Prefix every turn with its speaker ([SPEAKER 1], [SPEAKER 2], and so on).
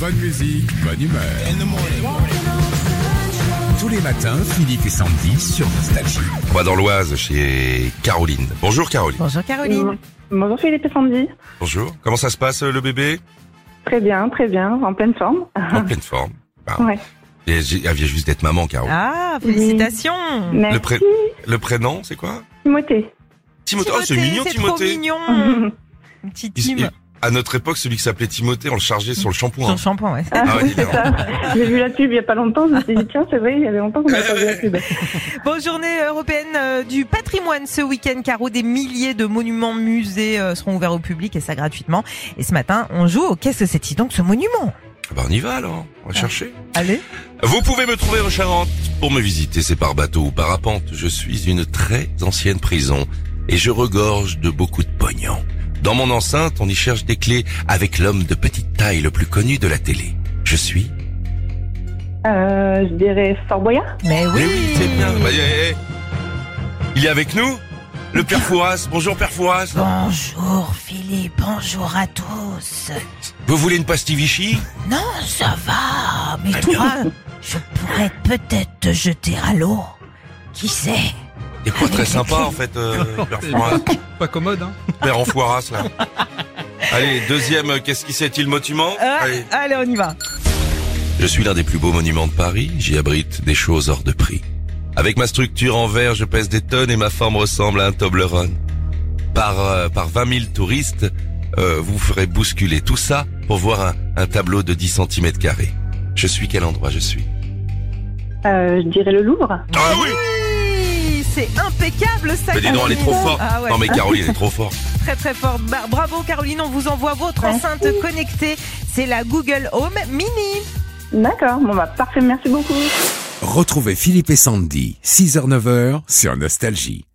[SPEAKER 1] Bonne musique, bonne humeur. Tous les matins, Philippe et Sandy sur Nostalgie.
[SPEAKER 2] On va dans l'Oise chez Caroline. Bonjour Caroline.
[SPEAKER 3] Bonjour Caroline.
[SPEAKER 4] Bonjour Philippe et Sandy.
[SPEAKER 2] Bonjour. Comment ça se passe euh, le bébé
[SPEAKER 4] Très bien, très bien, en pleine forme.
[SPEAKER 2] En pleine forme. Bah,
[SPEAKER 4] Ouais.
[SPEAKER 2] Elle elle vient juste d'être maman, Caro.
[SPEAKER 3] Ah, félicitations.
[SPEAKER 4] Merci.
[SPEAKER 2] Le, pré- le prénom, c'est quoi
[SPEAKER 4] Timothée.
[SPEAKER 2] Timothée. Oh, c'est mignon,
[SPEAKER 3] c'est trop
[SPEAKER 2] Timothée.
[SPEAKER 3] mignon. Un Petit
[SPEAKER 2] Il-
[SPEAKER 3] Tim.
[SPEAKER 2] il- à notre époque, celui qui s'appelait Timothée, on le chargeait sur le
[SPEAKER 3] Sur
[SPEAKER 2] shampoing.
[SPEAKER 3] le shampoing, ouais.
[SPEAKER 4] Ah,
[SPEAKER 2] Ah ouais,
[SPEAKER 4] oui, c'est ça. J'ai vu la pub il y a pas longtemps, je me suis dit, tiens, c'est vrai, il y avait longtemps qu'on n'avait pas vu la pub.
[SPEAKER 3] Bonne journée européenne euh, du patrimoine ce week-end, Caro. Des milliers de monuments, musées euh, seront ouverts au public et ça gratuitement. Et ce matin, on joue au Qu'est-ce que c'est donc ce monument
[SPEAKER 2] Ah bah, on y va alors, on va chercher.
[SPEAKER 3] Allez.
[SPEAKER 2] Vous pouvez me trouver en Charente. Pour me visiter, c'est par bateau ou parapente. Je suis une très ancienne prison et je regorge de beaucoup de pognon. Dans mon enceinte, on y cherche des clés avec l'homme de petite taille le plus connu de la télé. Je suis.
[SPEAKER 4] Euh, je dirais Fort Boyard.
[SPEAKER 3] Mais oui.
[SPEAKER 2] Mais c'est bien. Bah, eh, eh. Il est avec nous, le père Fouras. Bonjour père Fouras.
[SPEAKER 3] Bonjour Philippe, bonjour à tous.
[SPEAKER 2] Vous voulez une pastille Vichy
[SPEAKER 3] Non, ça va, mais toi, je pourrais peut-être te jeter à l'eau. Qui sait
[SPEAKER 2] C'est pas très sympa en fait, euh, père Fouras.
[SPEAKER 1] Pas commode, hein
[SPEAKER 2] Père en Fouras là. Allez, deuxième, euh, qu'est-ce qui c'est-il monument
[SPEAKER 3] Ah.
[SPEAKER 2] Allez.
[SPEAKER 3] Allez, on y va.
[SPEAKER 2] Je suis l'un des plus beaux monuments de Paris, j'y abrite des choses hors de prix. Avec ma structure en verre, je pèse des tonnes et ma forme ressemble à un Toblerone. Par, euh, par 20 000 touristes, euh, vous ferez bousculer tout ça pour voir un, un tableau de 10 cm carrés. Je suis quel endroit je suis
[SPEAKER 4] Euh, je dirais le Louvre.
[SPEAKER 2] Ah oui
[SPEAKER 3] Oui, c'est impeccable ça.
[SPEAKER 2] Mais dis donc, elle est
[SPEAKER 3] Caroline.
[SPEAKER 2] trop forte
[SPEAKER 3] Ah ouais,
[SPEAKER 2] Non mais Caroline elle est trop forte
[SPEAKER 3] très très forte. Bah, Bravo Caroline, on vous envoie votre
[SPEAKER 4] Merci.
[SPEAKER 3] enceinte connectée. C'est la Google Home Mini.
[SPEAKER 4] D'accord, bon bah parfait, merci beaucoup.
[SPEAKER 1] Retrouvez Philippe et Sandy, 6h-9h sur Nostalgie.